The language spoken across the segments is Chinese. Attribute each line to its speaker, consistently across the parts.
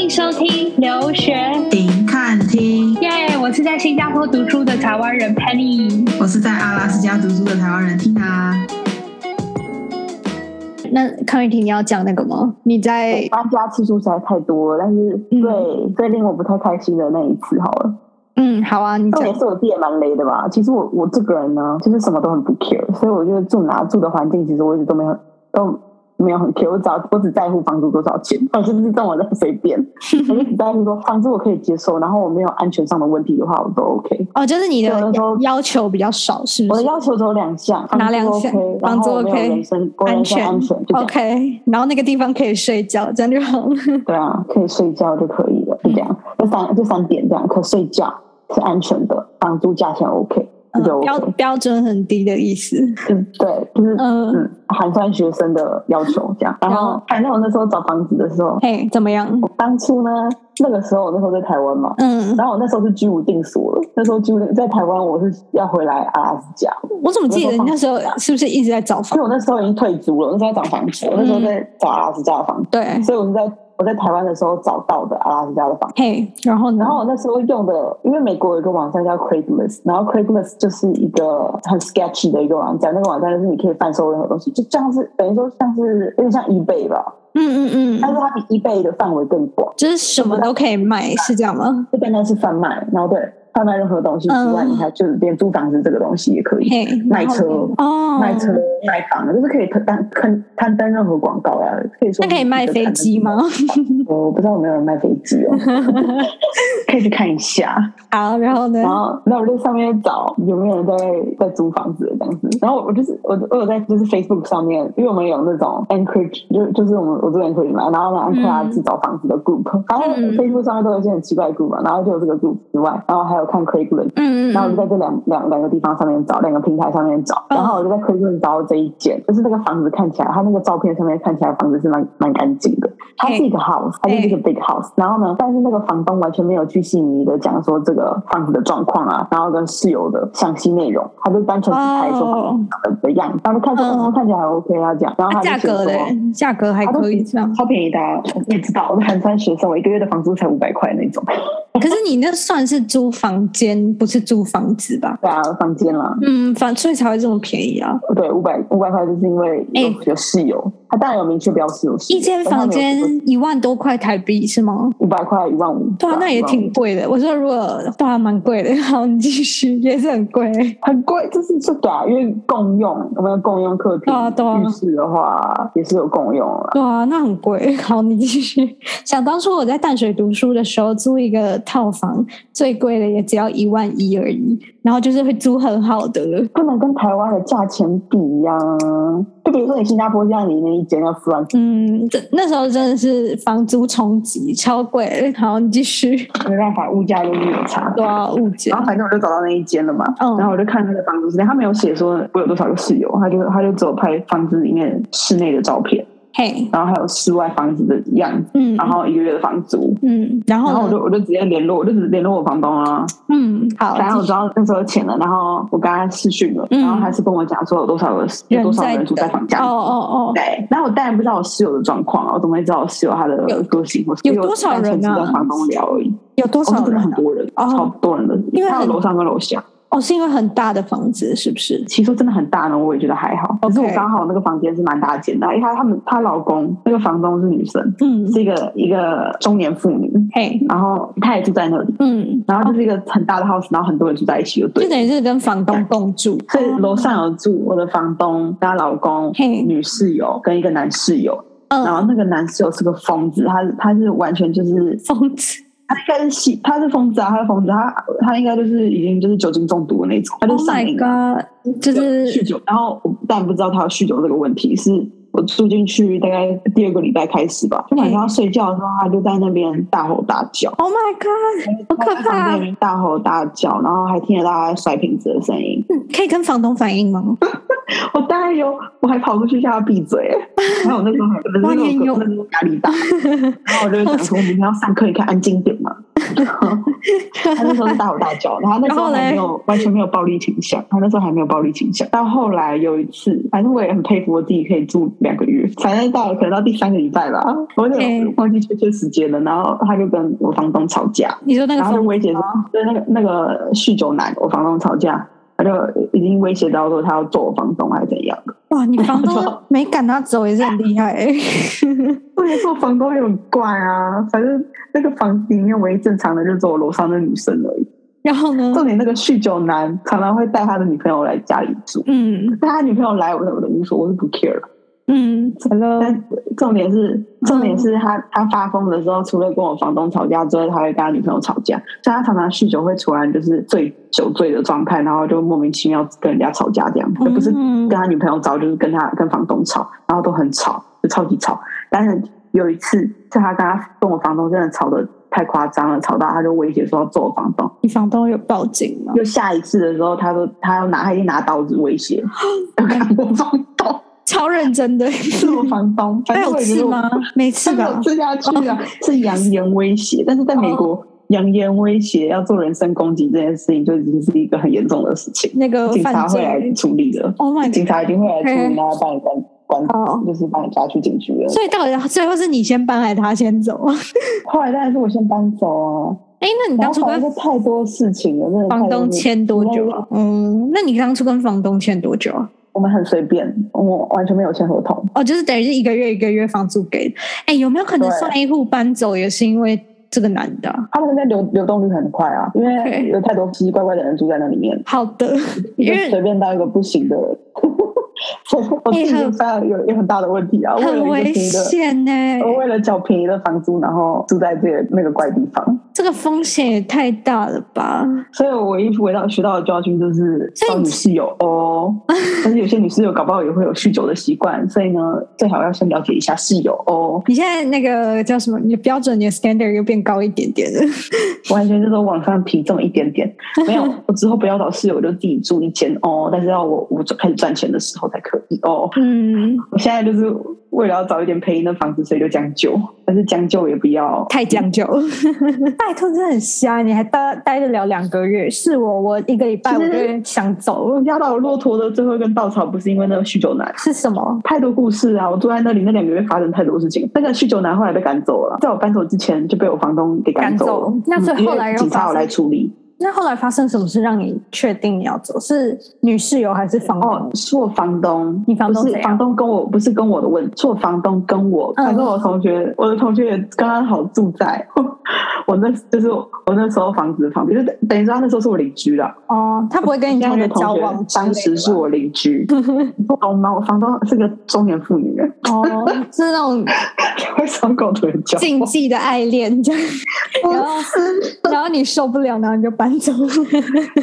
Speaker 1: 迎收听留学
Speaker 2: 停看听，
Speaker 1: 耶我是在新加坡读书的台湾人 Penny。
Speaker 2: 我是在阿拉斯加读书的台湾人 Tina。
Speaker 3: 那康雨婷，你要讲那个吗？你在
Speaker 4: 搬家次数实在太多了，但是最、最令我不太开心的那一次好了，
Speaker 3: 嗯，好啊，你
Speaker 4: 重
Speaker 3: 讲
Speaker 4: 点是我自己也蛮雷的吧。其实我我这个人呢，就是什么都很不 care，所以我觉得住哪住的环境，其实我一直都没有都没有很 care，我只要我只在乎房租多少钱， 我是不是这么的随 便，我就只在乎说房租我可以接受，然后我没有安全上的问题的话，我都 OK。
Speaker 3: 哦，就是你的
Speaker 4: 对我那时候
Speaker 3: 要求比较少，是
Speaker 4: 我
Speaker 3: 不
Speaker 4: 的
Speaker 3: 是
Speaker 4: 要求只有两项，
Speaker 3: 哪两项
Speaker 4: 房
Speaker 3: 房
Speaker 4: 租
Speaker 3: 租
Speaker 4: OK，然后我没
Speaker 3: OK，
Speaker 4: 有人身我人身安全，就这样。
Speaker 3: ？OK，然后那个地方可以睡觉，这样就好了。
Speaker 4: 对啊，可以睡觉就可以了，就这样，
Speaker 3: 嗯
Speaker 4: 就三就三点这样，可睡觉是安全的，房租价钱 OK，这就
Speaker 3: 嗯标
Speaker 4: OK，
Speaker 3: 标准很低的意思。
Speaker 4: 嗯，对，就是
Speaker 3: 嗯，
Speaker 4: 嗯，寒酸学生的要求这样。然
Speaker 3: 然
Speaker 4: 后
Speaker 3: 后，
Speaker 4: 反正我那时候找房子的时候，
Speaker 3: 嘿，怎么样？
Speaker 4: 我当初呢，那个时候我那时候在台湾嘛，
Speaker 3: 嗯，
Speaker 4: 然后我那时候是居无定所了，那时候居无定在台湾，我是要回来阿拉斯加，
Speaker 3: 我怎么记得你那时候是不是一直在找
Speaker 4: 因
Speaker 3: 房
Speaker 4: 为？我那时候已经退租了，我那时候在找房子，我那时候在找阿拉斯加的房子，
Speaker 3: 对，
Speaker 4: 所以我是在我在台湾的时候找到的阿拉斯加的房子。
Speaker 3: 嘿，然后呢
Speaker 4: 然？后我那时候用的，因为美国有一个网站叫 Craigslist，然后 Craigslist 就是一个很 sketchy 的一个网站，那个网站就是你可以贩售任何东西，就像是等于说像是有点像 eBay 吧，
Speaker 3: 嗯嗯嗯，
Speaker 4: 但是它比 eBay 的范围更广，
Speaker 3: 就是什么都可以卖，是这样吗？
Speaker 4: 不单单是贩卖，然后对贩卖任何东西之外，
Speaker 3: 嗯
Speaker 4: 你还就是连租房子这个东西也可以
Speaker 3: 嘿，
Speaker 4: 卖
Speaker 3: 然后
Speaker 4: 车。
Speaker 3: 哦，
Speaker 4: 嗯卖车、卖房，就是可以摊摊摊摊登任何广告呀、可以说
Speaker 3: 那可以卖飞机吗？？
Speaker 4: 我不知道有没有人卖飞机 哦，可以去看一下。
Speaker 3: 好，然后呢？
Speaker 4: 然后，那我就上面找有没有人在在租房子的这样子。然后我就是我我有在就是 Facebook 上面，因为我们有那种 Anchorage，就就是我们我住 Anchorage 嘛，然后呢 Anchorage 找房子的 group，、然后
Speaker 3: 嗯
Speaker 4: Facebook 上面都有一些很奇怪的 group 嘛，然后就有这个 group 之外，然后还有看 Craigslist。
Speaker 3: 嗯嗯
Speaker 4: 然后我就在
Speaker 3: 嗯，
Speaker 4: 这两两两个地方上面找，两个平台上面找，
Speaker 3: 嗯
Speaker 4: 然后我就在 Craigslist 找到这一间，就是那个房子看起来，它那个照片上面看起来房子是蛮蛮干净的，它是一个 house，它就是一个 big house。然后呢，但是那个房东完全没有去细腻的讲说这个房子的状况啊，然后跟室友的详细内容，他就单纯只拍说房
Speaker 3: 哦，
Speaker 4: 子的样子，然后就看起来、
Speaker 3: 嗯
Speaker 4: 嗯、看起来还 OK 啊这样，然后
Speaker 3: 那
Speaker 4: 他
Speaker 3: 价
Speaker 4: 就写
Speaker 3: 格
Speaker 4: 说。
Speaker 3: 嘞？价格还
Speaker 4: 他都
Speaker 3: 可以这样。
Speaker 4: 超便宜的、啊，你也知道，我是寒山学生，我一个月的房租才五百块那种。
Speaker 3: 可是你那算是租房间，不是租房子吧？
Speaker 4: 对啊，房间啦，
Speaker 3: 嗯，反所以才会这么便宜啊！
Speaker 4: 对，五百五百块就是因为有、有室友，他当然有明确标示有室
Speaker 3: 哎
Speaker 4: 友。
Speaker 3: 一间房间一万多块台币是吗？
Speaker 4: 五百块一万五，
Speaker 3: 对啊，那也挺贵的。我说如果对啊，蛮贵的。 好，你继续，也是很贵。
Speaker 4: 很贵，就是这对啊，因为共用，我们共用客厅、
Speaker 3: 对啊对啊
Speaker 4: 浴室的话也是有共用了。
Speaker 3: 对啊，那很贵。 好，你继续。想当初我在淡水读书的时候，租一个套房，最贵的也只要一万一而已，然后就是会租很好的了。
Speaker 4: 不能跟台湾的价钱比呀、就比如说你新加坡这样，你那一间要四万，
Speaker 3: 嗯，这那时候真的是房租冲击，超贵。好，你继续。
Speaker 4: 没办法，物价就是有差。
Speaker 3: 对啊，物价
Speaker 4: 然。后反正我就找到那一间了嘛，
Speaker 3: 嗯
Speaker 4: 然后我就看他的房租资料，他没有写说我有多少个室友，他就他就只有拍房子里面室内的照片，
Speaker 3: 嘿，
Speaker 4: 然后还有室外房子的样子，
Speaker 3: 嗯，
Speaker 4: 然后一个月的房租，
Speaker 3: 嗯，然后
Speaker 4: 然后我
Speaker 3: 呢
Speaker 4: 就我就直接联络，我就直接联络我房东啊。
Speaker 3: 嗯，好，
Speaker 4: 反正我
Speaker 3: 继
Speaker 4: 知道那时候有钱了，然后我跟他视讯了，
Speaker 3: 嗯
Speaker 4: 然后他是跟我讲说有多少个
Speaker 3: 续
Speaker 4: 有多少个
Speaker 3: 在
Speaker 4: 人住在房间
Speaker 3: 等。哦哦哦，
Speaker 4: 对，那我当然不知道我室友的状况啊，我怎么会知道我室友他的
Speaker 3: 有
Speaker 4: 个性？我
Speaker 3: 有多少人啊
Speaker 4: 只跟房东聊而已，
Speaker 3: 有多
Speaker 4: 哦
Speaker 3: 少
Speaker 4: 真的
Speaker 3: 人
Speaker 4: 很
Speaker 3: 啊？
Speaker 4: 多人，
Speaker 3: 哦
Speaker 4: 超多人的，
Speaker 3: 因为
Speaker 4: 他有
Speaker 3: 很
Speaker 4: 楼上跟楼下。
Speaker 3: 哦，是因为很大的房子，是不是？
Speaker 4: 其实真的很大呢，我也觉得还好。可是我
Speaker 3: OK
Speaker 4: 刚好那个房间是蛮大间的，因为她他们她老公那个房东是女生，
Speaker 3: 嗯，
Speaker 4: 是一个一个中年妇女，
Speaker 3: 嘿，
Speaker 4: 然后她也住在那里，
Speaker 3: 嗯，
Speaker 4: 然后就是一个很大的 house，然后很多人住在一起，就对
Speaker 3: 就
Speaker 4: 了。
Speaker 3: 等于是跟房东共住，
Speaker 4: 所以楼上有住我的房东、她老公、
Speaker 3: 嘿
Speaker 4: 女室友跟一个男室友，然
Speaker 3: 嗯，
Speaker 4: 后那个男室友是个疯子，他他是完全就是
Speaker 3: 疯子，
Speaker 4: 他应该是吸他是疯子啊，他是疯子，他他应该就是已经就是酒精中毒的那种，他就
Speaker 3: Oh
Speaker 4: 上瘾
Speaker 3: my
Speaker 4: 了。
Speaker 3: god！就
Speaker 4: 酗
Speaker 3: 是
Speaker 4: 酒，然后我但不知道他有酗酒这个问题，是我住进去大概第二个礼拜开始吧，就晚上要睡觉的时候，他就在那边大吼大叫，
Speaker 3: Oh my god，好可
Speaker 4: 他在
Speaker 3: 怕
Speaker 4: 那！边大吼大叫，然后还听得到他甩瓶子的声音。
Speaker 3: 可以跟房东反映吗？
Speaker 4: 我当然有，我还跑过去叫他闭嘴。然后我那时候还，那时候
Speaker 3: 哇你很
Speaker 4: 我
Speaker 3: 勇
Speaker 4: 那时候压力大，然后我就想说，我明天要上课，你可以安静点嘛。他那时候是大吼大叫，然后那时候还没有完全没有暴力倾向，他那时候还没有暴力倾向。到后来有一次，反正我也很佩服我自己可以住两个月，反正到可能到第三个礼拜吧，我有点
Speaker 3: Okay
Speaker 4: 忘记确切时间了。然后他就跟我房东吵架，
Speaker 3: 你说那个
Speaker 4: 然后就
Speaker 3: 风
Speaker 4: 威胁说，对那个那个酗酒男，我房东吵架，他就已经威胁到说他要做我房东还是怎样。
Speaker 3: 哇，你房东没赶他走也是很厉害、欸。
Speaker 4: 我也做房东也很怪啊，反正那个房里面唯一正常的就只有楼上那女生而已。
Speaker 3: 然后呢？
Speaker 4: 重点那个酗酒男常常会带他的女朋友来家里住，
Speaker 3: 嗯
Speaker 4: 但他女朋友来我的我都无所谓，我是不 care 了。
Speaker 3: 嗯，Hello，
Speaker 4: 但重点
Speaker 3: 嗯
Speaker 4: 是，重点是他他发疯的时候，除了跟我房东吵架之外，他会跟他女朋友吵架，所以他常常酗酒会突然就是醉酒醉的状态，然后就莫名其妙跟人家吵架这样，而不是
Speaker 3: 嗯
Speaker 4: 跟他女朋友吵，就是跟他跟房东吵，然后都很吵，就超级吵。但是有一次，是他跟他跟我房东真的吵的太夸张了，吵到他就威胁说要揍我房东。
Speaker 3: 你房东有报警吗？
Speaker 4: 又下一次的时候，他说他要拿，他已经拿刀子 威胁要砍我房东，
Speaker 3: 超认真的，
Speaker 4: 是我房东，反
Speaker 3: 他
Speaker 4: 正
Speaker 3: 有
Speaker 4: 我也没
Speaker 3: 刺
Speaker 4: 有
Speaker 3: 吗？没刺
Speaker 4: 他没
Speaker 3: 吧
Speaker 4: 有？吃下去啊，是扬言威胁，但是在美国。扬言威胁要做人身攻击这件事情，就已经是一个很严重的事情，
Speaker 3: 那个
Speaker 4: 警察
Speaker 3: 犯
Speaker 4: 会来
Speaker 3: 罪
Speaker 4: 处理的。
Speaker 3: ？Oh my god！
Speaker 4: 警察一定会来处
Speaker 3: 嗯
Speaker 4: 理，然后把你关关，
Speaker 3: 好
Speaker 4: 就是把你抓去警局了。
Speaker 3: 所以到底最后是你先搬还是他先走？啊
Speaker 4: 后来当然是我先搬走啊，
Speaker 3: 哎、那你
Speaker 4: 然
Speaker 3: 当
Speaker 4: 后
Speaker 3: 初
Speaker 4: 反
Speaker 3: 跟
Speaker 4: 正就太多事情了，真的太
Speaker 3: 房
Speaker 4: 多
Speaker 3: 东
Speaker 4: 事
Speaker 3: 签多久啊？嗯，那你当初跟房东签多久啊？
Speaker 4: 我们很随便，我们完全没有签合同。
Speaker 3: 哦，就是等于是一个月一个月房租给的。哎、有没有可能
Speaker 4: 对
Speaker 3: 上一户搬走也是因为这个男的啊、
Speaker 4: 他们那边流流动率很快啊，因
Speaker 3: OK
Speaker 4: 为有太多奇奇怪怪的人住在那里面，
Speaker 3: 好的，因
Speaker 4: 就
Speaker 3: 为
Speaker 4: 随便到一个不行的人。
Speaker 3: 哎
Speaker 4: 我自己
Speaker 3: 很
Speaker 4: 非常有有很大的问题啊，为
Speaker 3: 很
Speaker 4: 了一
Speaker 3: 危
Speaker 4: 个便宜的，哦
Speaker 3: 险欸呢、
Speaker 4: 我为了缴便宜的房租，然后住在这个那个怪地方，
Speaker 3: 这个风险也太大了吧？
Speaker 4: 所以我唯一回到学到的教训就是
Speaker 3: 所以
Speaker 4: 少
Speaker 3: 你
Speaker 4: 女室友 哦，但是有些女室友搞不好也会有酗酒的习惯，所以呢，最好要先了解一下室友哦，
Speaker 3: 你现在那个叫什么？你的标准，你的 standard 又变高一点点了。
Speaker 4: 完全就是往上提这么一点点，没 有，我之后不要找室友，我就自己住一间哦，但是要我我开始赚钱的时候才可以哦。
Speaker 3: 嗯，
Speaker 4: 我现在就是为了要早一点配音的房子，所以就将就，但是将就也不要
Speaker 3: 太将 就，拜托，真的很瞎，你还待待得了两个月？是我，我一个礼 拜
Speaker 4: 其
Speaker 3: 我
Speaker 4: 实
Speaker 3: 就会想走。
Speaker 4: 我压倒骆驼的最后一根稻草，不是因为那个酗酒男，
Speaker 3: 是什么？
Speaker 4: 太多故事啊！我住在那里那两个月发生太多事情。那个酗酒男后来被赶走了，在我搬走之前就被我房东给赶走了
Speaker 3: 赶走。那所以
Speaker 4: 嗯因为
Speaker 3: 后来又
Speaker 4: 警察
Speaker 3: 发
Speaker 4: 有
Speaker 3: 生
Speaker 4: 来处理。
Speaker 3: 那后来发生什么事让你确定你要走？是女室友还是房东？
Speaker 4: 哦，是我房东，
Speaker 3: 你房东
Speaker 4: 不是
Speaker 3: 怎样
Speaker 4: 房东跟我不是跟我的问题，是我房东跟我，
Speaker 3: 嗯
Speaker 4: 反正我同学，我的同学也刚刚好住在 我那，就是我那时候房子的旁边，就等等于说他那时候是我邻居了。
Speaker 3: 哦他不会跟你
Speaker 4: 现
Speaker 3: 同
Speaker 4: 在
Speaker 3: 学
Speaker 4: 的同
Speaker 3: 交往
Speaker 4: 学
Speaker 3: 之类的吧，
Speaker 4: 当时是我 邻居，你不懂吗？我房东是个中年妇女，
Speaker 3: 哦，是那种
Speaker 4: 会伤狗腿脚。
Speaker 3: 禁忌的爱恋这样。
Speaker 4: 不
Speaker 3: 然后，然后你受不了，然后你就搬 走。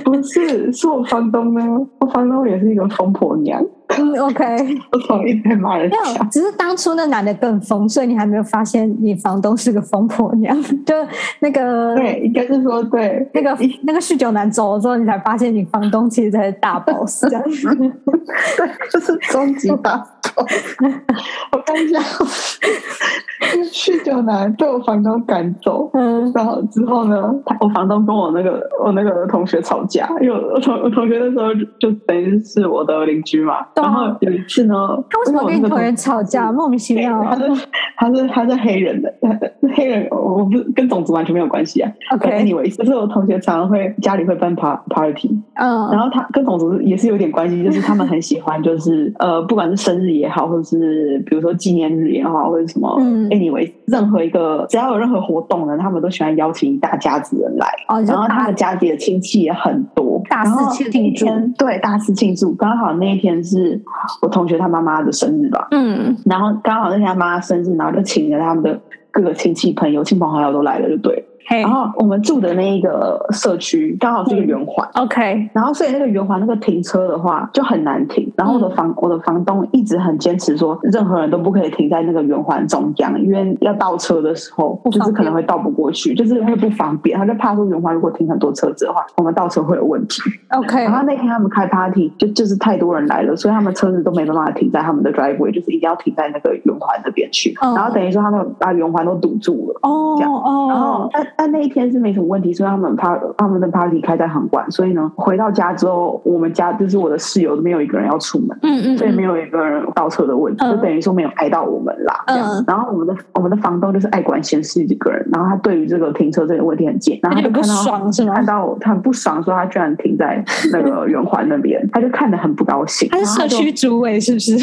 Speaker 4: 不是，是我房东呢，我房东也是一个疯婆娘，
Speaker 3: 嗯，OK。
Speaker 4: 我从一直在骂人
Speaker 3: 没有呃
Speaker 4: 家，。
Speaker 3: 只是当初那男的更疯，所以你还没有发现你房东是个疯婆娘。就那个
Speaker 4: 对，应该是说对，
Speaker 3: 那 个那个酗酒男走了之后，你才发现你房东其实才是大 boss 这样。
Speaker 4: 对，就是终极打 手。我看一下， 酗酒男被我房东赶走，
Speaker 3: 嗯，
Speaker 4: 然后之后呢，他我房东跟我那个我那个同学吵架，因为我同我同学那时候就就等于是我的邻居嘛。
Speaker 3: 对啊
Speaker 4: 然后有一次呢，
Speaker 3: 他为什
Speaker 4: 因
Speaker 3: 么
Speaker 4: 我
Speaker 3: 跟你
Speaker 4: 那个
Speaker 3: 同学吵架？莫名其妙。
Speaker 4: 他是他是他是黑人的， 黑人我不跟种族完全没有关系啊。
Speaker 3: OK，
Speaker 4: anyway，就是我同学常常会家里会办 par party，然
Speaker 3: 嗯
Speaker 4: 后他跟种族也是有点关系，就是他们很喜欢，就是呃，不管是生日也好，或者是比如说纪念日也好，或者什么、
Speaker 3: 嗯
Speaker 4: a n y w a y 任何一个只要有任何活动呢，他们都喜欢邀请一大家子人来，
Speaker 3: 哦，你就
Speaker 4: 然后他
Speaker 3: 大
Speaker 4: 们家里的亲戚也很多，
Speaker 3: 大
Speaker 4: 然后
Speaker 3: 肆庆
Speaker 4: 那一
Speaker 3: 祝
Speaker 4: 天对，大肆庆祝。刚好那一天是我同学他妈妈的生日吧，
Speaker 3: 嗯
Speaker 4: 然后刚好那天他妈妈生日，然后就请了他们的各个亲戚朋友、亲朋好友都来了，就对了。
Speaker 3: 嘿嗯
Speaker 4: 然后我们住的那一个社区刚好是一个圆环。
Speaker 3: OK，
Speaker 4: 然后所以那个圆环那个停车的话就很难停。然后我的
Speaker 3: 嗯
Speaker 4: 房、我的房东一直很坚持说，任何人都不可以停在那个圆环中央，因为要倒车的时候
Speaker 3: 不方便
Speaker 4: 就是可能会倒不过去，就是会不方便。他就怕说圆环如果停很多车子的话，我们倒车会有问题。
Speaker 3: OK，
Speaker 4: 然后那天他们开 party 就就是太多人来了，所以他们车子都没办法停在他们的 driveway，就是一定要停在那个圆环那边去。
Speaker 3: 嗯
Speaker 4: 然后等于说他们把圆环人都堵住了。
Speaker 3: 哦
Speaker 4: 这样然后
Speaker 3: 哦，
Speaker 4: 但但那一天是没什么问题，所以他们他他们的 party 开在很晚，所以呢，回到家之后，我们家就是我的室友没有一个人要出门。
Speaker 3: 嗯嗯，
Speaker 4: 所以没
Speaker 3: 有，
Speaker 4: 有一个人倒车的问题，
Speaker 3: 嗯
Speaker 4: 就等于说没有碍到我们啦。
Speaker 3: 嗯
Speaker 4: 这样然后我们的我们的房东就是爱管闲事一个人，然后他对于这个停车这个问题很贱，然
Speaker 3: 他
Speaker 4: 后他
Speaker 3: 就
Speaker 4: 就
Speaker 3: 不
Speaker 4: 看到
Speaker 3: 爽是吗
Speaker 4: 看？到我他很不爽，说他居然停在那个圆环那边，他就看得很不高兴。
Speaker 3: 他是社区主委是不是？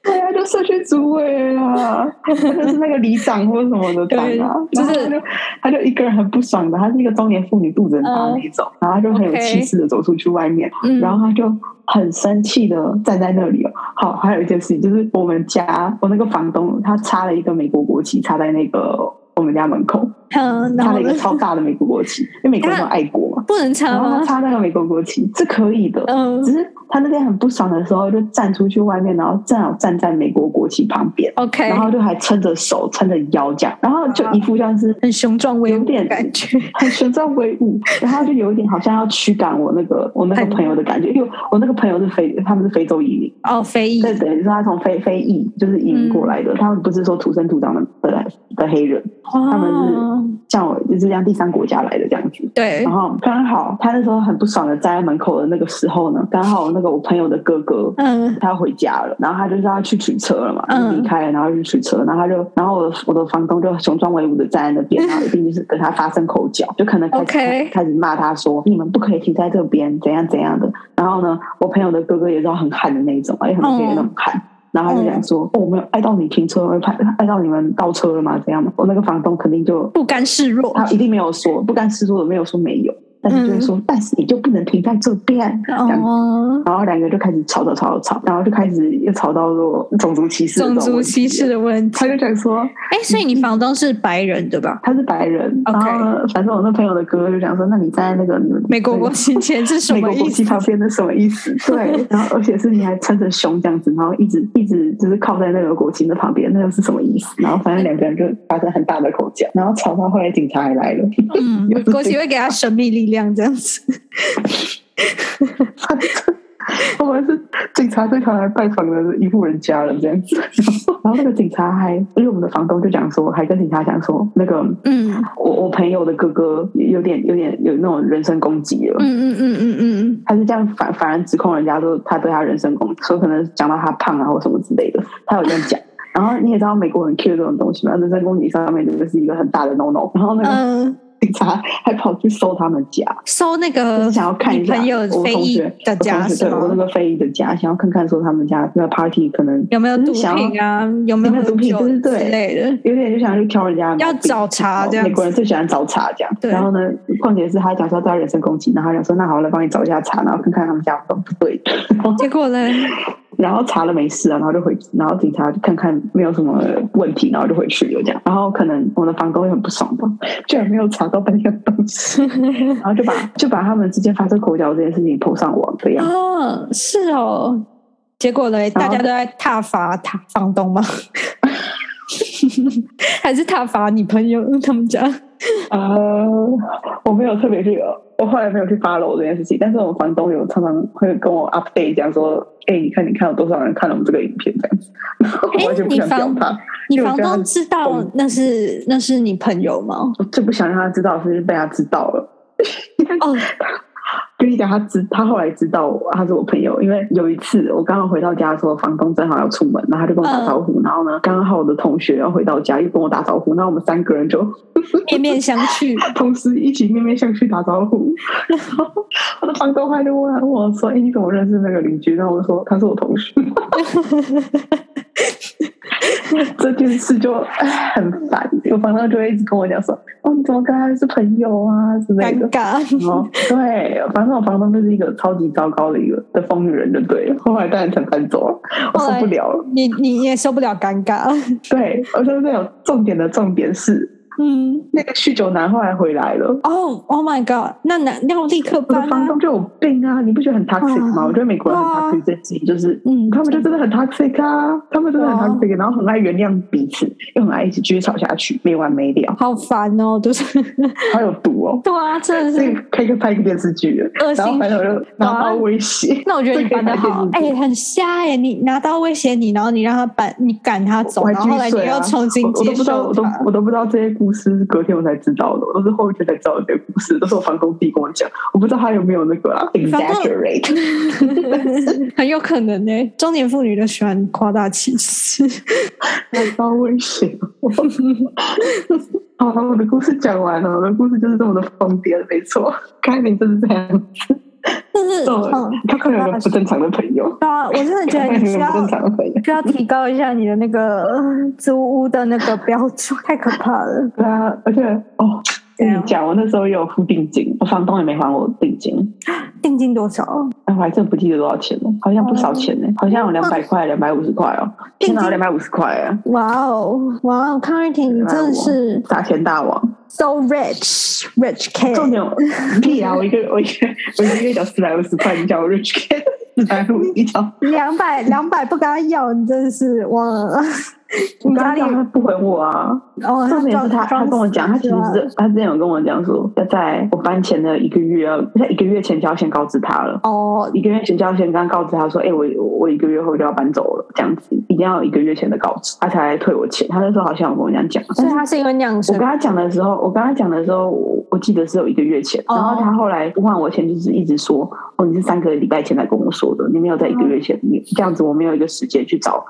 Speaker 4: 对啊，就社区主委啊，或者是那个里长或者什么的长啊，
Speaker 3: 对
Speaker 4: 然
Speaker 3: 就
Speaker 4: 后
Speaker 3: 是
Speaker 4: 他就他就一个人很不爽的，他是一个中年妇女，肚子很大那一种，然后他就很有
Speaker 3: OK
Speaker 4: 气势的走出去外面，
Speaker 3: 嗯
Speaker 4: 然后他就很生气的站在那里哦。好，还有一件事情就是我们家我那个房东他插了一个美国国旗插在那个我们家门口，
Speaker 3: 嗯，然后
Speaker 4: 插了一
Speaker 3: 呢啊
Speaker 4: 个超大的美国国旗，因为美国人都爱 国嘛，
Speaker 3: 不能插
Speaker 4: 然后他
Speaker 3: 吗？
Speaker 4: 插那个美国国旗是可以的，
Speaker 3: 嗯
Speaker 4: 只是他那天很不爽的时候，就站出去外面，然后正好站在美国国旗旁边，
Speaker 3: ，OK，
Speaker 4: 然后就还撑着手、撑着腰这样，然后就一副像是
Speaker 3: 很雄壮威武
Speaker 4: 有
Speaker 3: 的
Speaker 4: 点
Speaker 3: 感觉，
Speaker 4: 很旋转威武，然后就有一点好像要驱赶我那个我那个朋友的感觉，因为我那个朋友是非他们是非洲移民，
Speaker 3: 哦，非议，
Speaker 4: 对，等于说他从非非裔就是移民过来的，他们不是说土生土长的的的黑人，
Speaker 3: 他
Speaker 4: 他们是像我就是像第三国家来的这样子，
Speaker 3: 哦对
Speaker 4: 然，后刚好他那时候很不爽的站在门口的那个时候呢，刚好那个我朋友的哥哥。
Speaker 3: 嗯
Speaker 4: 他要回家了，然后他就是要去取车了嘛，
Speaker 3: 嗯
Speaker 4: 就离开了，然后去取车，然后他就，然后我的我的房东就雄壮威武的站在那边，然后一定就是跟他发生口角，就可能开始
Speaker 3: OK
Speaker 4: 开始骂他说你们不可以停在这边，怎样怎样的。然后呢，我朋友的哥哥也是很悍的那一种，也很黑的那种悍。
Speaker 3: 哦
Speaker 4: 然后他就想说：“哦，我没有碍到你停车，我拍碍到你们倒车了吗？怎样嘛？”我那个房东肯定就
Speaker 3: 不甘示弱，
Speaker 4: 他一定没有说，不甘示弱的没有说没有，但是就是说，但是你就不能停在这边，这样子。
Speaker 3: 嗯哦，
Speaker 4: 然后两个就开始吵吵吵吵，然后就开始又吵到说种族歧视，
Speaker 3: 种族歧视。的问题
Speaker 4: 他。就讲说
Speaker 3: 啊哎，所以你房东是白人对吧？
Speaker 4: 他是白人
Speaker 3: OK
Speaker 4: 然后呢反正我那朋友的哥哥就讲说，那你站在那个你们
Speaker 3: 美国国旗前是什
Speaker 4: 美
Speaker 3: 么
Speaker 4: 国
Speaker 3: 意
Speaker 4: 国
Speaker 3: 思
Speaker 4: 旗？旁边是什么意思？对，然后而且是你还撑着胸这样子，然后一直一直就是靠在那个国旗的旁边，那又是什么意思？然后反正两个人就发生很大的口角，然后吵到后来警察还来了，
Speaker 3: 嗯
Speaker 4: 又，是
Speaker 3: 国旗会给他神秘力量这样子。
Speaker 4: 我们是警察最常来拜访的一户人家了，这样子。 然后那个警察还，因为我们的房东就讲说，还跟警察讲说，那个
Speaker 3: 嗯
Speaker 4: 我我朋友的哥哥有点有点有那种人身攻击了。
Speaker 3: 嗯嗯嗯嗯
Speaker 4: 他是这样反反而指控人家说他对他人身攻击，说可能讲到他胖啊或什么之类的，他有这样 讲。然后你也知道美国很 care 这种东西嘛，人身攻击上面就是一个很大的 no no。然后
Speaker 3: 嗯
Speaker 4: 那个
Speaker 3: 嗯，
Speaker 4: 警察还跑去搜他们家，
Speaker 3: 搜那
Speaker 4: 就是
Speaker 3: 个
Speaker 4: 想要看一
Speaker 3: 你
Speaker 4: 下
Speaker 3: 朋友
Speaker 4: 我同
Speaker 3: 非裔
Speaker 4: 学
Speaker 3: 的
Speaker 4: 我
Speaker 3: 家
Speaker 4: 同学
Speaker 3: 是
Speaker 4: 对我
Speaker 3: 吗？
Speaker 4: 那个非裔的家，想要看看说他们家那个 party 可能
Speaker 3: 有没有
Speaker 4: 就
Speaker 3: 毒
Speaker 4: 是想要
Speaker 3: 品啊？有没
Speaker 4: 有没
Speaker 3: 有
Speaker 4: 有毒品
Speaker 3: 喝酒
Speaker 4: 就是
Speaker 3: 之
Speaker 4: 对
Speaker 3: 类的？
Speaker 4: 有点就想去挑人家的毛病
Speaker 3: 要找茬这样子
Speaker 4: 美国人最喜欢找茬这样。
Speaker 3: 对
Speaker 4: 然后呢，况且是他讲说他人身攻击，然后他讲说那好了，帮你找一下茬，然后看看他们家有没有不对。
Speaker 3: 结果呢？
Speaker 4: 然后查了没事啊，然后就回，然后警察就看看没有什么问题，然后就回去了这样。然后可能我的房东也很不爽吧， 居然没有查到半天东西，然后就把就把他们之间发生口角这件事情 p 上网这样。
Speaker 3: 哦，是哦。结果呢？大家都在挞伐他房东吗？ 还是挞伐你朋友他们家？
Speaker 4: 呃，我没有特别去，我后来没有去 follow 这件事情，但是我房东有常常会跟我 update 讲说，哎、你看你看有多少人看了我们这个影片这样子，然后我完全不想屌他，
Speaker 3: 哎你
Speaker 4: 因为我
Speaker 3: 房
Speaker 4: 觉得
Speaker 3: 东知道那是那是你朋友吗？
Speaker 4: 我最不想让他知道是被他知道了。
Speaker 3: 哦，
Speaker 4: 跟你讲，他知他后来知道我他是我朋友，因为有一次我刚刚回到家的时候，房东正好要出门，然后他就跟我
Speaker 3: 嗯
Speaker 4: 打招呼，然后呢，刚好我的同学要回到家又跟我打招呼，那我们三个人就
Speaker 3: 面面相觑。
Speaker 4: 同时一起面面相觑打 招呼。然后我的房东他就问问我说：“哎、你怎么认识那个邻居？”然后我说：“他是我同 事。”这件事就哎很烦，我房东就会一直跟我讲说：“哦，你怎么跟他是朋友啊之类
Speaker 3: 尴
Speaker 4: 的。”
Speaker 3: 尬。
Speaker 4: 然后对，反正我房东就是一个超级糟糕的一个的疯女人，就对了。后来当然才搬走了，我受不了了。
Speaker 3: 你你也受不了尴尬，
Speaker 4: 对，我就是有重点的重点是，
Speaker 3: 嗯，
Speaker 4: 那个酗酒男后来回来了。
Speaker 3: 哦，Oh my God，那那要立 刻
Speaker 4: 我的
Speaker 3: 搬
Speaker 4: 房
Speaker 3: 啊！
Speaker 4: 东就有病啊！你不觉得很 toxic 吗？
Speaker 3: 哇
Speaker 4: 我觉得美国人很
Speaker 3: 哇
Speaker 4: toxic 这件事情，就是
Speaker 3: 嗯，哦
Speaker 4: 他们就真的很 toxic 啊，他们真的很 toxic，然后很爱原谅彼此，又很爱一起继续吵下去，没完没了，
Speaker 3: 好烦哦， 就是
Speaker 4: 好有毒哦！
Speaker 3: 对啊，真的
Speaker 4: 所以
Speaker 3: 是。
Speaker 4: 可以拍一个电视剧了，
Speaker 3: 恶心
Speaker 4: 然后反正我就拿
Speaker 3: 哇
Speaker 4: 刀威胁，
Speaker 3: 那我觉得你搬的好，
Speaker 4: 这
Speaker 3: 哎、
Speaker 4: 可以拍电视剧
Speaker 3: 很瞎哎、你拿刀威胁你，然后你让他搬，你赶他走，
Speaker 4: 我还
Speaker 3: 然后
Speaker 4: 继
Speaker 3: 后
Speaker 4: 续
Speaker 3: 来你
Speaker 4: 睡啊
Speaker 3: 又重
Speaker 4: 我
Speaker 3: 新
Speaker 4: 我都
Speaker 3: 接
Speaker 4: 不知道，
Speaker 3: 受
Speaker 4: 我都
Speaker 3: 他。
Speaker 4: 我都不知道这些故事，隔天我才知道的，我都是后一天才知道这些故事，都是我房东自己跟我讲，我不知道他有没有那个啊
Speaker 3: 东
Speaker 4: exaggerate，
Speaker 3: 很有可能呢、中年妇女都喜欢夸大其词。
Speaker 4: 太高威胁我。好哦了，我的故事讲完了，我的故事就是这么的疯癫，没错，开明就是这样。
Speaker 3: 但是，
Speaker 4: 哦
Speaker 3: 嗯，
Speaker 4: 他可能有个不正常的朋友，
Speaker 3: 对啊，我真的觉
Speaker 4: 他
Speaker 3: 得
Speaker 4: 可
Speaker 3: 你
Speaker 4: 能
Speaker 3: 需
Speaker 4: 有个不
Speaker 3: 要
Speaker 4: 正常的朋友。
Speaker 3: 需要提高一下你的那个 呃租屋的那个标准， 太可怕了。
Speaker 4: 对啊，而且哦，
Speaker 3: 怎
Speaker 4: 跟
Speaker 3: 样
Speaker 4: 你讲，我那时候也有付定金，我房东也没还我定金，
Speaker 3: 定金多少？
Speaker 4: 哎，我还真不记得多少钱了，好像不少钱呢、好像有两百块、两百五十块哦，
Speaker 3: 哦定
Speaker 4: 天
Speaker 3: 金
Speaker 4: 哪，两百五十块啊！
Speaker 3: 哇哦，哇哦，康瑞婷，你真的是
Speaker 4: 打钱大王，
Speaker 3: so rich rich kid。
Speaker 4: 重点我屁啊！我一个我一个我一个月缴四百五十块，你叫我 rich kid 四百五 一张，
Speaker 3: 两百两百不跟他要，你真的是哇！
Speaker 4: 我
Speaker 3: 你
Speaker 4: 刚
Speaker 3: 家
Speaker 4: 刚
Speaker 3: 里
Speaker 4: 讲他不回我啊。
Speaker 3: 哦，
Speaker 4: 重点是
Speaker 3: 装
Speaker 4: 他他跟我讲，他其实
Speaker 3: 装死
Speaker 4: 是他之前有跟我讲说，要在我搬前的一个月要，在一个月前就要先告知他了。
Speaker 3: 哦，
Speaker 4: 一个月前就要先刚告知他说，哎、我我我一个月后就要搬走了，这样子一定要一个月前的告知，他才退我钱。他那时候好像有跟我这样讲，
Speaker 3: 所
Speaker 4: 但
Speaker 3: 以
Speaker 4: 是
Speaker 3: 他是因为酿
Speaker 4: 我
Speaker 3: 生
Speaker 4: 跟他讲的时候，我跟他讲的时候，我我记得是有一个月前，
Speaker 3: 哦
Speaker 4: 然后他后来不还我钱，就是一直说，哦，你是三个礼拜前来跟我说的，你没有在一个月前，你这样子我没有一个时间去找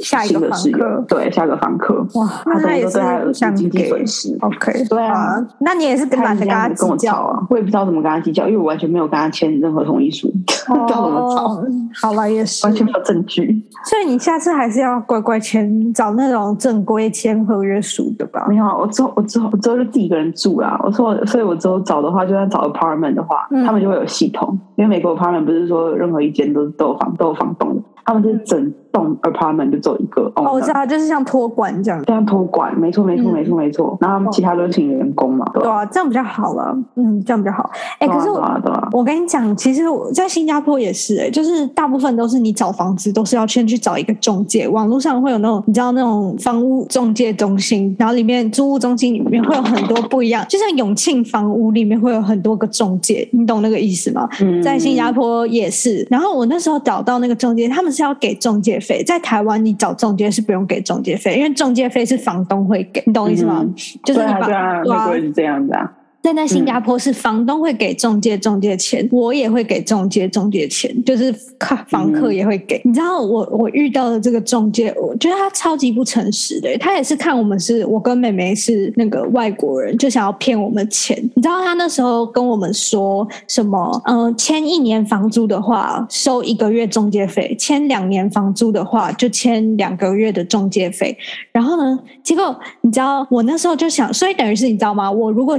Speaker 3: 下一
Speaker 4: 新
Speaker 3: 个
Speaker 4: 的
Speaker 3: 房
Speaker 4: 室友
Speaker 3: 客，，
Speaker 4: 对，下一个房客，
Speaker 3: 哇，
Speaker 4: 他
Speaker 3: 那
Speaker 4: 等
Speaker 3: 他
Speaker 4: 于
Speaker 3: 也
Speaker 4: 说
Speaker 3: 是
Speaker 4: 对他有
Speaker 3: 不想
Speaker 4: 经济
Speaker 3: 给
Speaker 4: 损失。
Speaker 3: ，OK，
Speaker 4: 对啊
Speaker 3: 好，那你也是
Speaker 4: 他
Speaker 3: 懒得
Speaker 4: 也是这
Speaker 3: 跟他
Speaker 4: 样子跟我
Speaker 3: 计
Speaker 4: 吵
Speaker 3: 较，
Speaker 4: 啊，我也不知道怎么跟他计较，因为我完全没有跟他签任何同意书， 不知道怎么吵，
Speaker 3: 哦，好了，也是
Speaker 4: 完，全没有证据。
Speaker 3: 所以你下次还是要乖乖签，找那种正规签合约书的吧。
Speaker 4: 没有，我之后我之后我之后就自己一个人住啦。我说我，所以我之后找的话，就算找 apartment 的话，
Speaker 3: 嗯
Speaker 4: 他们就会有系统，因为美国 apartment 不是说任何一间都都有房都有房东的，他们是整栋 apartment 就只有一个 owner，、
Speaker 3: 哦，我知道，就是像托管这样，
Speaker 4: 这样托管，没错没错
Speaker 3: 嗯
Speaker 4: 没错没错，然后他们其他都是请员工嘛，对
Speaker 3: 对
Speaker 4: 吧？
Speaker 3: 啊，这样比较好了，嗯，这样比较好。哎，可是
Speaker 4: 对
Speaker 3: 我
Speaker 4: 啊对啊，
Speaker 3: 我跟你讲，其实我在新加坡也是、欸，就是大部分都是你找房子都是要先去找一个中介，网络上会有那种你知道那种房屋中介中心，然后里面租屋中心里面会有很多不一样，就像永庆房屋里面会有很多个中介，你懂那个意思吗？
Speaker 4: 嗯
Speaker 3: 在新加坡也是，然后我那时候找到那个中介，他们是要给中介费，在台湾你找中介是不用给中介费，因为中介费是房东会给，你懂我意思吗？
Speaker 4: 嗯
Speaker 3: 就是
Speaker 4: 对
Speaker 3: 你
Speaker 4: 啊
Speaker 3: 把
Speaker 4: 对啊，
Speaker 3: 对啊
Speaker 4: 美国人是这样的、啊，
Speaker 3: 但在新加坡是房东会给中介中介钱，我也会给中介中介钱，就是客房客也会给。你知道我我遇到的这个中介，我觉得他超级不诚实的，欸他也是看我们是我跟妹妹是那个外国人，就想要骗我们钱。你知道他那时候跟我们说什么？嗯、签一年房租的话收一个月中介费，签两年房租的话就签两个月的中介费。然后呢，结果你知道，我那时候就想，所以等于是你知道吗？我如果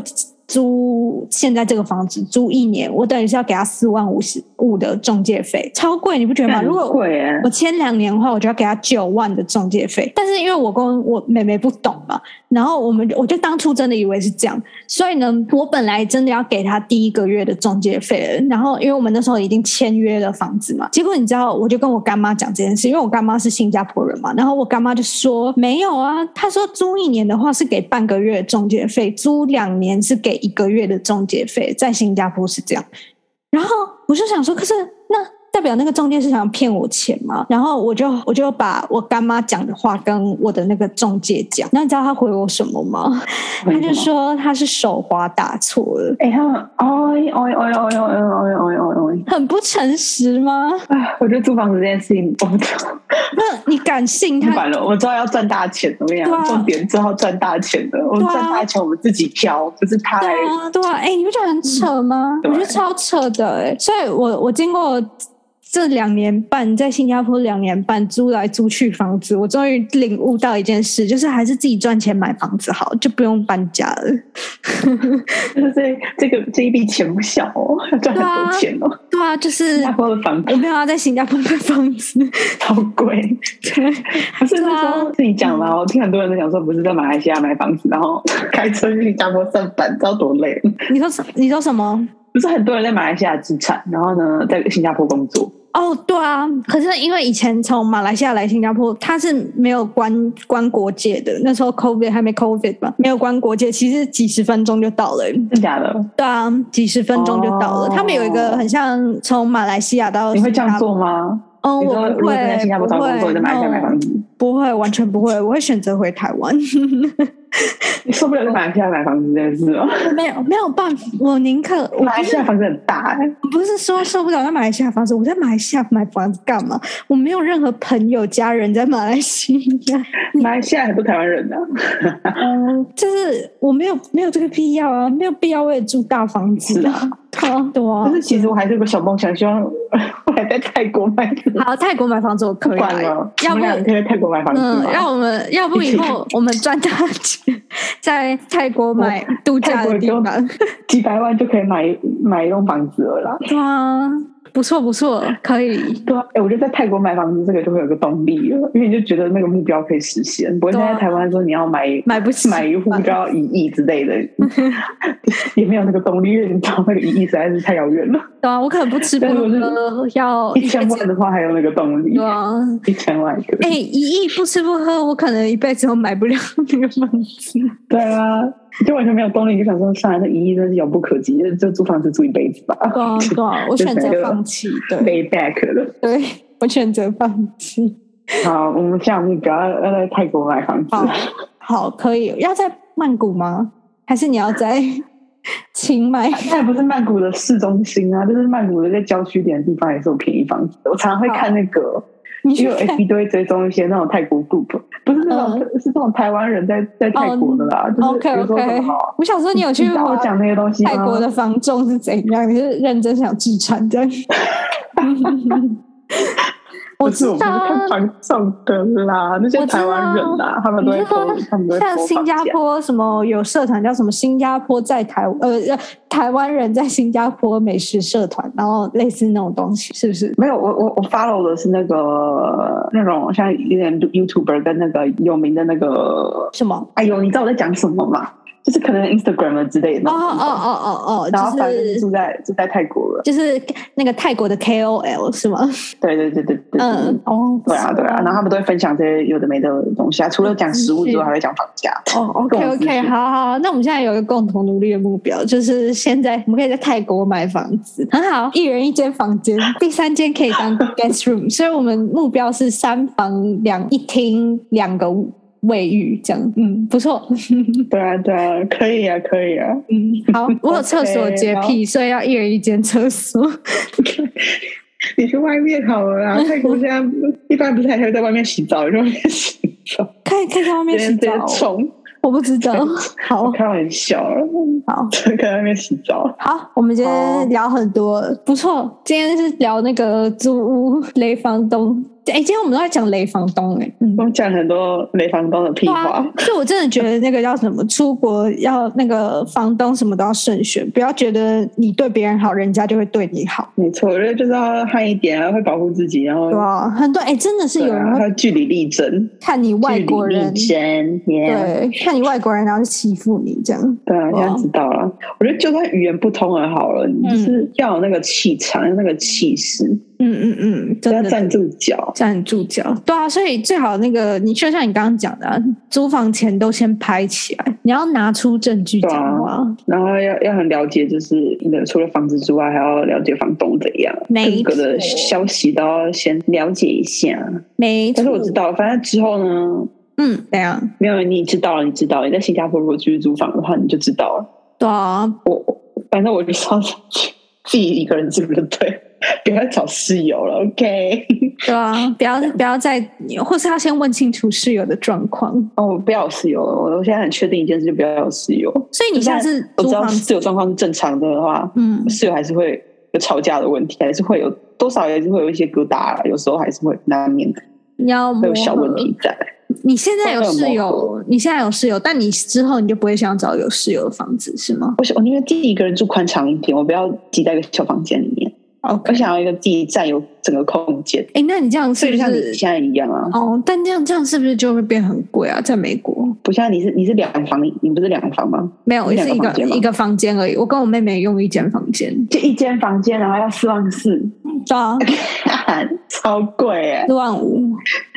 Speaker 3: 租现在这个房子租一年，我等于是要给他四万五十五的中介费，超贵，你不觉得吗？如果
Speaker 4: 贵耶，
Speaker 3: 我签两年的话，我就要给他九万的中介费。但是因为我跟我妹妹不懂嘛，然后我们我就当初真的以为是这样，所以呢，我本来真的要给他第一个月的中介费了。然后因为我们那时候已经签约了房子嘛，结果你知道，我就跟我干妈讲这件事，因为我干妈是新加坡人嘛，然后我干妈就说没有啊，她说租一年的话是给半个月的中介费，租两年是给一个月的中介费，在新加坡是这样。然后我就想说，可是那代表那个中介是想骗我钱吗？然后我就我就把我干妈讲的话跟我的那个中介讲，那你知道他回我什么吗？他就说他是手滑打错了，
Speaker 4: 哎、他们，哎哎哎哎哎哎哎哎哎。
Speaker 3: 很不诚实吗？
Speaker 4: 哎，我觉得租房子这件事情，我不知道。
Speaker 3: 那你敢信
Speaker 4: 不
Speaker 3: 他？
Speaker 4: 管了，我知道要赚大钱，我跟你
Speaker 3: 对啊
Speaker 4: 讲，重点之后赚大钱的，我们
Speaker 3: 对啊
Speaker 4: 赚大钱我们自己挑，不是他
Speaker 3: 对啊
Speaker 4: 来。
Speaker 3: 啊，对啊，哎、你不觉得很扯吗？
Speaker 4: 对
Speaker 3: 我觉得超扯的、哎，所以我我经过这两年半在新加坡两年半租来租去房子，我终于领悟到一件事，就是还是自己赚钱买房子好，就不用搬家了。
Speaker 4: 这这个这一笔钱不小哦， 要赚很多钱哦。
Speaker 3: 对啊，就是
Speaker 4: 新加坡的房
Speaker 3: 我
Speaker 4: 子
Speaker 3: 没有要在新加坡买房子，
Speaker 4: 超贵，
Speaker 3: 对，
Speaker 4: 不是
Speaker 3: 对
Speaker 4: 那时
Speaker 3: 啊
Speaker 4: 候自己讲嘛，我听很多人都讲说，不是在马来西亚买房子，然后 开车去新加坡上班，知道多累？
Speaker 3: 你说什？你说什么？
Speaker 4: 不是很多人在马来西亚资产，然后呢在新加坡工作，
Speaker 3: 哦，对啊，可是因为以前从马来西亚来新加坡，它是没有关关国界的，那时候 COVID 还没 COVID 嘛，没有关国界，其实几十分钟就到了。
Speaker 4: 真假的？
Speaker 3: 对啊，几十分钟就到了。
Speaker 4: 哦
Speaker 3: 他们有一个很像从马来西亚到
Speaker 4: 你会这
Speaker 3: 新
Speaker 4: 样
Speaker 3: 加坡？
Speaker 4: 做吗？
Speaker 3: 嗯，
Speaker 4: 你说
Speaker 3: 我
Speaker 4: 如
Speaker 3: 不
Speaker 4: 果
Speaker 3: 会
Speaker 4: 真的在新加坡找工作，你在马来西亚买房子，
Speaker 3: 不会，完全不会，我会选择回台湾。
Speaker 4: 你受不了在马来西亚买房子这件事哦。
Speaker 3: 没有没有办法，我宁可我
Speaker 4: 马来西亚房子很大哎，
Speaker 3: 不是说受不了在马来西亚房子，我在马来西亚买房子干嘛？我没有任何朋友家人在马来西亚。
Speaker 4: 马来西亚很多台湾人呢。哦
Speaker 3: 嗯，就是我没有没有这个必要啊，没有必要为了住大房子啊，啊对啊
Speaker 4: 但。是其实我还是有个小梦想，希望我还在泰国买房子。
Speaker 3: 好，泰国买房子我
Speaker 4: 不
Speaker 3: 可以
Speaker 4: 管
Speaker 3: 来
Speaker 4: 了，，
Speaker 3: 要
Speaker 4: 我
Speaker 3: 不
Speaker 4: 们俩可以在泰国买房子
Speaker 3: 嗯，
Speaker 4: 吗？
Speaker 3: 让我们要不以后我们赚大钱，在泰国买度假的地
Speaker 4: 哦泰
Speaker 3: 方，
Speaker 4: 几百万就可以买买一栋房子了啦。
Speaker 3: 对啊，不错不错，可以。
Speaker 4: 对啊，哎、我觉得在泰国买房子这个就会有个动力了，因为你就觉得那个目标可以实现，不会
Speaker 3: 对
Speaker 4: 像
Speaker 3: 啊
Speaker 4: 在台湾说你要买
Speaker 3: 买不起
Speaker 4: 买一户就要一亿之 类的，也没有那个动力，因为你知道那个一亿实在是太遥远了。
Speaker 3: 对啊，我可能不吃不
Speaker 4: 但是我是
Speaker 3: 喝，要
Speaker 4: 一千万的话还有那个动力
Speaker 3: 哦对，啊。
Speaker 4: 一千万可
Speaker 3: 哎、
Speaker 4: 以。
Speaker 3: 一亿不吃不喝，我可能一辈子都买不了那个房子。
Speaker 4: 对啊，就完全没有动力，你就想说算了，那一亿真是遥不可及，就就租房子租一辈子吧。
Speaker 3: 对 啊，对 啊，我
Speaker 4: 就
Speaker 3: 选
Speaker 4: 买
Speaker 3: 择
Speaker 4: 了
Speaker 3: 放弃。对
Speaker 4: Way back 了。
Speaker 3: 对，我选择放弃。
Speaker 4: 好，我们下目标要在泰国买房子
Speaker 3: 好。，好，可以。要在曼谷吗？还是你要 在清迈？
Speaker 4: 那也不是曼谷的市中心啊，就是曼谷的在郊区一点的地方也是有便宜房子的。我常常会看那个，
Speaker 3: 你
Speaker 4: 因
Speaker 3: 去
Speaker 4: 为我
Speaker 3: 看嗯
Speaker 4: FB 都会追踪一些那种泰国 group，不是那种、是那种台湾人在在泰国的啦，就是比
Speaker 3: 哦 OK
Speaker 4: 如说什
Speaker 3: OK，
Speaker 4: 么。啊
Speaker 3: 我想说你有去
Speaker 4: 你知道我讲那些东西吗
Speaker 3: 泰国的房仲是怎样？你是认真想自产 这样？我
Speaker 4: 不是，
Speaker 3: 知
Speaker 4: 我不
Speaker 3: 道
Speaker 4: 是
Speaker 3: 啊
Speaker 4: 看，房送的啦，那些台湾人啦，他们都
Speaker 3: 你
Speaker 4: 会
Speaker 3: 知道
Speaker 4: 播，他们都会
Speaker 3: 像
Speaker 4: 播
Speaker 3: 新
Speaker 4: 房
Speaker 3: 加
Speaker 4: 价
Speaker 3: 坡什么有社团叫什么新加坡在台呃呃台湾人在新加坡美食社团，然后类似那种东西，是不是？
Speaker 4: 没有，我我我 follow 的是那个那种像有点 YouTuber 跟那个有名的那个，
Speaker 3: 什么？
Speaker 4: 哎呦，你知道我在讲什么吗？就是可能 Instagram 之类的那
Speaker 3: 哦
Speaker 4: 种地
Speaker 3: 哦
Speaker 4: 方。
Speaker 3: 哦哦哦，
Speaker 4: 然后反
Speaker 3: 就
Speaker 4: 正就是
Speaker 3: 是
Speaker 4: 住在住在泰国了。
Speaker 3: 就是那个泰国的 KOL 是吗？
Speaker 4: 对对对对对，
Speaker 3: 嗯
Speaker 4: 嗯，，
Speaker 3: 哦，
Speaker 4: 对啊对啊。然后他们都会分享这些有的没的东西啊，除了讲食物之外，还会讲房价。
Speaker 3: 哦，OK
Speaker 4: 各种资
Speaker 3: OK，
Speaker 4: 讯
Speaker 3: 好好，那我们现在有一个共同努力的目标，就是现在我们可以在泰国买房子，很好，一人一间房间，第三间可以 当 guest room，所以我们目标是三房两一厅两个卫浴这样，嗯，不 错，
Speaker 4: 对啊对啊，可以啊可以啊。
Speaker 3: 嗯，好，我有厕所
Speaker 4: OK，
Speaker 3: 洁癖，所以要一人一间厕所，
Speaker 4: 你去外面好了啦，泰国现在一般不是还会在外面洗澡，就外面洗澡，
Speaker 3: 可以可以在外面洗澡
Speaker 4: 直接
Speaker 3: 哦，
Speaker 4: 冲。
Speaker 3: 我不知 道，好
Speaker 4: 我开玩笑 了，
Speaker 3: 哦好。嗯
Speaker 4: 就在外面洗澡。
Speaker 3: 好，我们今天聊很多，不错。今天是聊那个租屋雷房东，哎，今天我们都在讲雷房东、哎，嗯
Speaker 4: 我，们讲很多雷房东的屁
Speaker 3: 对
Speaker 4: 话
Speaker 3: 啊，，所以我真的觉得那个叫什么，出国要那个房东什么都要慎选，不要觉得你对别人好，人家就会对你好，
Speaker 4: 没错，我觉得就是要悍一点啊，会保护自己，然后
Speaker 3: 对吧、很多哎、真的是
Speaker 4: 对
Speaker 3: 有人
Speaker 4: 啊，
Speaker 3: 会
Speaker 4: 要据理力争，
Speaker 3: 看你外国人，
Speaker 4: 据理力争，yeah
Speaker 3: 对，看你外国人，然后就欺负你这样。
Speaker 4: 对啊，现
Speaker 3: 哇
Speaker 4: 在知道了。我觉得就算语言不通而好了，你就是要有那个气场，那个气势，
Speaker 3: 嗯嗯嗯，
Speaker 4: 要
Speaker 3: 真的
Speaker 4: 站住脚。
Speaker 3: 站住脚，对啊，所以最好那个，你就像你刚刚讲的、啊，租房前都先拍起来，你要拿出证据
Speaker 4: 对
Speaker 3: 讲
Speaker 4: 啊
Speaker 3: 话，
Speaker 4: 然后要要很了解，就是你的除了房子之外，还要了解房东怎样，
Speaker 3: 没
Speaker 4: 各个的
Speaker 3: 错
Speaker 4: 消息都要先了解一下。
Speaker 3: 没错。
Speaker 4: 但是我知，道，反正之后呢，
Speaker 3: 嗯，怎样？
Speaker 4: 没有你知道了，你知道了你在新加坡如果继续租房的话，你就知道了。
Speaker 3: 对啊，
Speaker 4: 反正我就上去自己一个人住就对，不要再找室友了，OK？
Speaker 3: 对啊，不要不要再，或是要先问清楚室友的状况。
Speaker 4: 哦，我不要有室友了，我我现在很确定一件事，就不要有室友。
Speaker 3: 所以你下次
Speaker 4: 我
Speaker 3: 租
Speaker 4: 知道
Speaker 3: 房
Speaker 4: 室
Speaker 3: 子，
Speaker 4: 友状况是正常的话，
Speaker 3: 嗯，
Speaker 4: 室友还是会有吵架的问题，还是会有多少也是会有一些疙瘩啊，有时候还是会难免
Speaker 3: 要
Speaker 4: 会
Speaker 3: 磨
Speaker 4: 有小
Speaker 3: 合
Speaker 4: 问题在。
Speaker 3: 你现在有室
Speaker 4: 都会有磨
Speaker 3: 友，你现在有室友，但你之后你就不会想找有室友的房子是吗
Speaker 4: 我想，我宁愿自己一个人住宽敞一点，我不要挤在一个小房间里面，我
Speaker 3: ？OK，
Speaker 4: 想要一个自己占有整个空间。
Speaker 3: 哎，那你这样
Speaker 4: 所
Speaker 3: 是不
Speaker 4: 以就像你
Speaker 3: 是？
Speaker 4: 现在一样啊，
Speaker 3: 哦，但这样这样是不是就会变很贵啊？在美国
Speaker 4: 不像你是你是两房，你不是两房吗？
Speaker 3: 没有，
Speaker 4: 你
Speaker 3: 是
Speaker 4: 两
Speaker 3: 一个
Speaker 4: 个房间吗
Speaker 3: 一个房间而已。我跟我妹妹用一间房间，
Speaker 4: 就一间房间，然后要四万四，
Speaker 3: 对啊，
Speaker 4: 超贵哎、
Speaker 3: 四万五，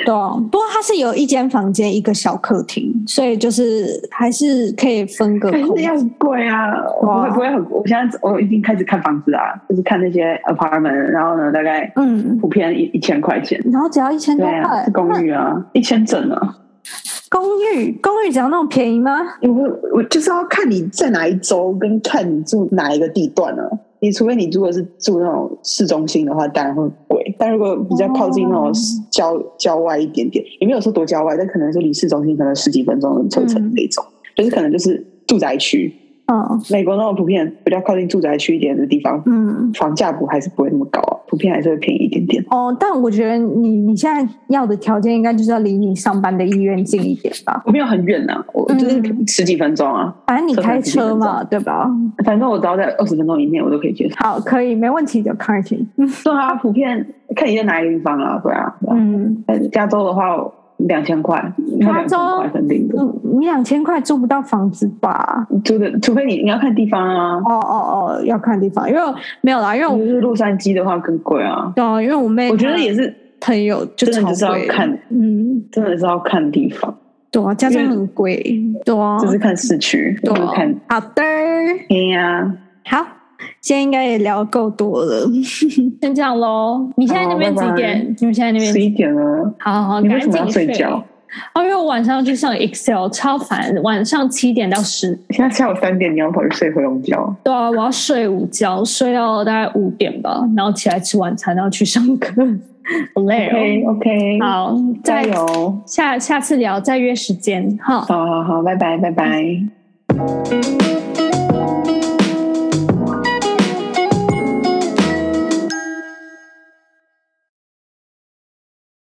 Speaker 3: 对啊。不过它是有一间房间一个小客厅，所以就是还是可以分个
Speaker 4: 可
Speaker 3: 空
Speaker 4: 是要贵啊！我不
Speaker 3: 哇
Speaker 4: 会不会很，我现在我已经开始看房子啊，就是看那些 apartment，然后呢，大概
Speaker 3: 嗯，
Speaker 4: 普遍一一千块钱，
Speaker 3: 然后只要一千
Speaker 4: 对
Speaker 3: 多
Speaker 4: 啊，
Speaker 3: 块
Speaker 4: 是，公寓啊，一千整啊。
Speaker 3: 公寓公寓只要那么便宜吗？
Speaker 4: 我我就是要看你在哪一州，跟看你住哪一个地段呢、啊。你除非你如果是住那种市中心的话，当然会贵。但如果比较靠近那种
Speaker 3: 哦
Speaker 4: 郊、郊外一点点，也没有说多郊外，但可能是离市中心可能十几分钟的车程
Speaker 3: 嗯
Speaker 4: 那种，就是可能就是住宅区。
Speaker 3: 嗯
Speaker 4: 美国那种普遍比较靠近住宅区一点的地方，
Speaker 3: 嗯。
Speaker 4: 房价不还是不会那么高、啊，普遍还是会便宜一点点。
Speaker 3: 哦，但我觉得你你现在要的条件应该就是要离你上班的医院近一点吧，
Speaker 4: 我没有很远啊，我就是
Speaker 3: 嗯
Speaker 4: 十几分钟啊，
Speaker 3: 反正你开车嘛，对吧？
Speaker 4: 反正我只要在二十分钟以内，我都可以接受。
Speaker 3: 好，可以，没问题的 c o n t i n
Speaker 4: 对啊，普遍看你在哪一个地方啊，对啊。对啊
Speaker 3: 嗯，
Speaker 4: 嗯，加州的话两千块，
Speaker 3: 加
Speaker 4: 加
Speaker 3: 州
Speaker 4: 块肯定的，
Speaker 3: 嗯你你两千块租不到房子吧？
Speaker 4: 除的除非你你要看地方啊，
Speaker 3: 哦哦哦，要看地方，因为没有啦，因为
Speaker 4: 就
Speaker 3: 我
Speaker 4: 是洛杉矶的话更贵啊。
Speaker 3: 哦，因为我妹
Speaker 4: 嗯我觉得也是，
Speaker 3: 很有，就
Speaker 4: 真
Speaker 3: 超
Speaker 4: 的就是要
Speaker 3: 贵，
Speaker 4: 看，
Speaker 3: 嗯，
Speaker 4: 真的是要看地方，
Speaker 3: 对啊，加州
Speaker 4: 因为
Speaker 3: 很贵，对啊，
Speaker 4: 就是看市区，
Speaker 3: 对
Speaker 4: 就
Speaker 3: 啊
Speaker 4: 是看啊
Speaker 3: 好的，
Speaker 4: 天呀。
Speaker 3: 好，现在应该也聊够多了，
Speaker 1: 先这样喽。你现在那边几
Speaker 4: 好拜拜
Speaker 1: 点？你们现在那边
Speaker 4: 十
Speaker 1: 几
Speaker 4: 一点了，
Speaker 1: 好
Speaker 3: 哦
Speaker 1: 好，
Speaker 4: 你为
Speaker 1: 赶
Speaker 4: 什么要
Speaker 1: 紧
Speaker 4: 睡
Speaker 1: 睡
Speaker 4: 觉？
Speaker 1: 哦，因为我晚上要去上 Excel，超烦。晚上七点到十，
Speaker 4: 现在下午三点，你要跑去睡回笼觉。
Speaker 1: 对啊，我要睡午觉，睡到大概五点吧，然后起来吃晚餐，然后去上课，好累
Speaker 4: OK
Speaker 1: 哦。
Speaker 4: OK，，
Speaker 1: 好，再
Speaker 4: 加油！
Speaker 1: 下下次聊，再约时间哈。
Speaker 4: 好好好，拜拜拜拜。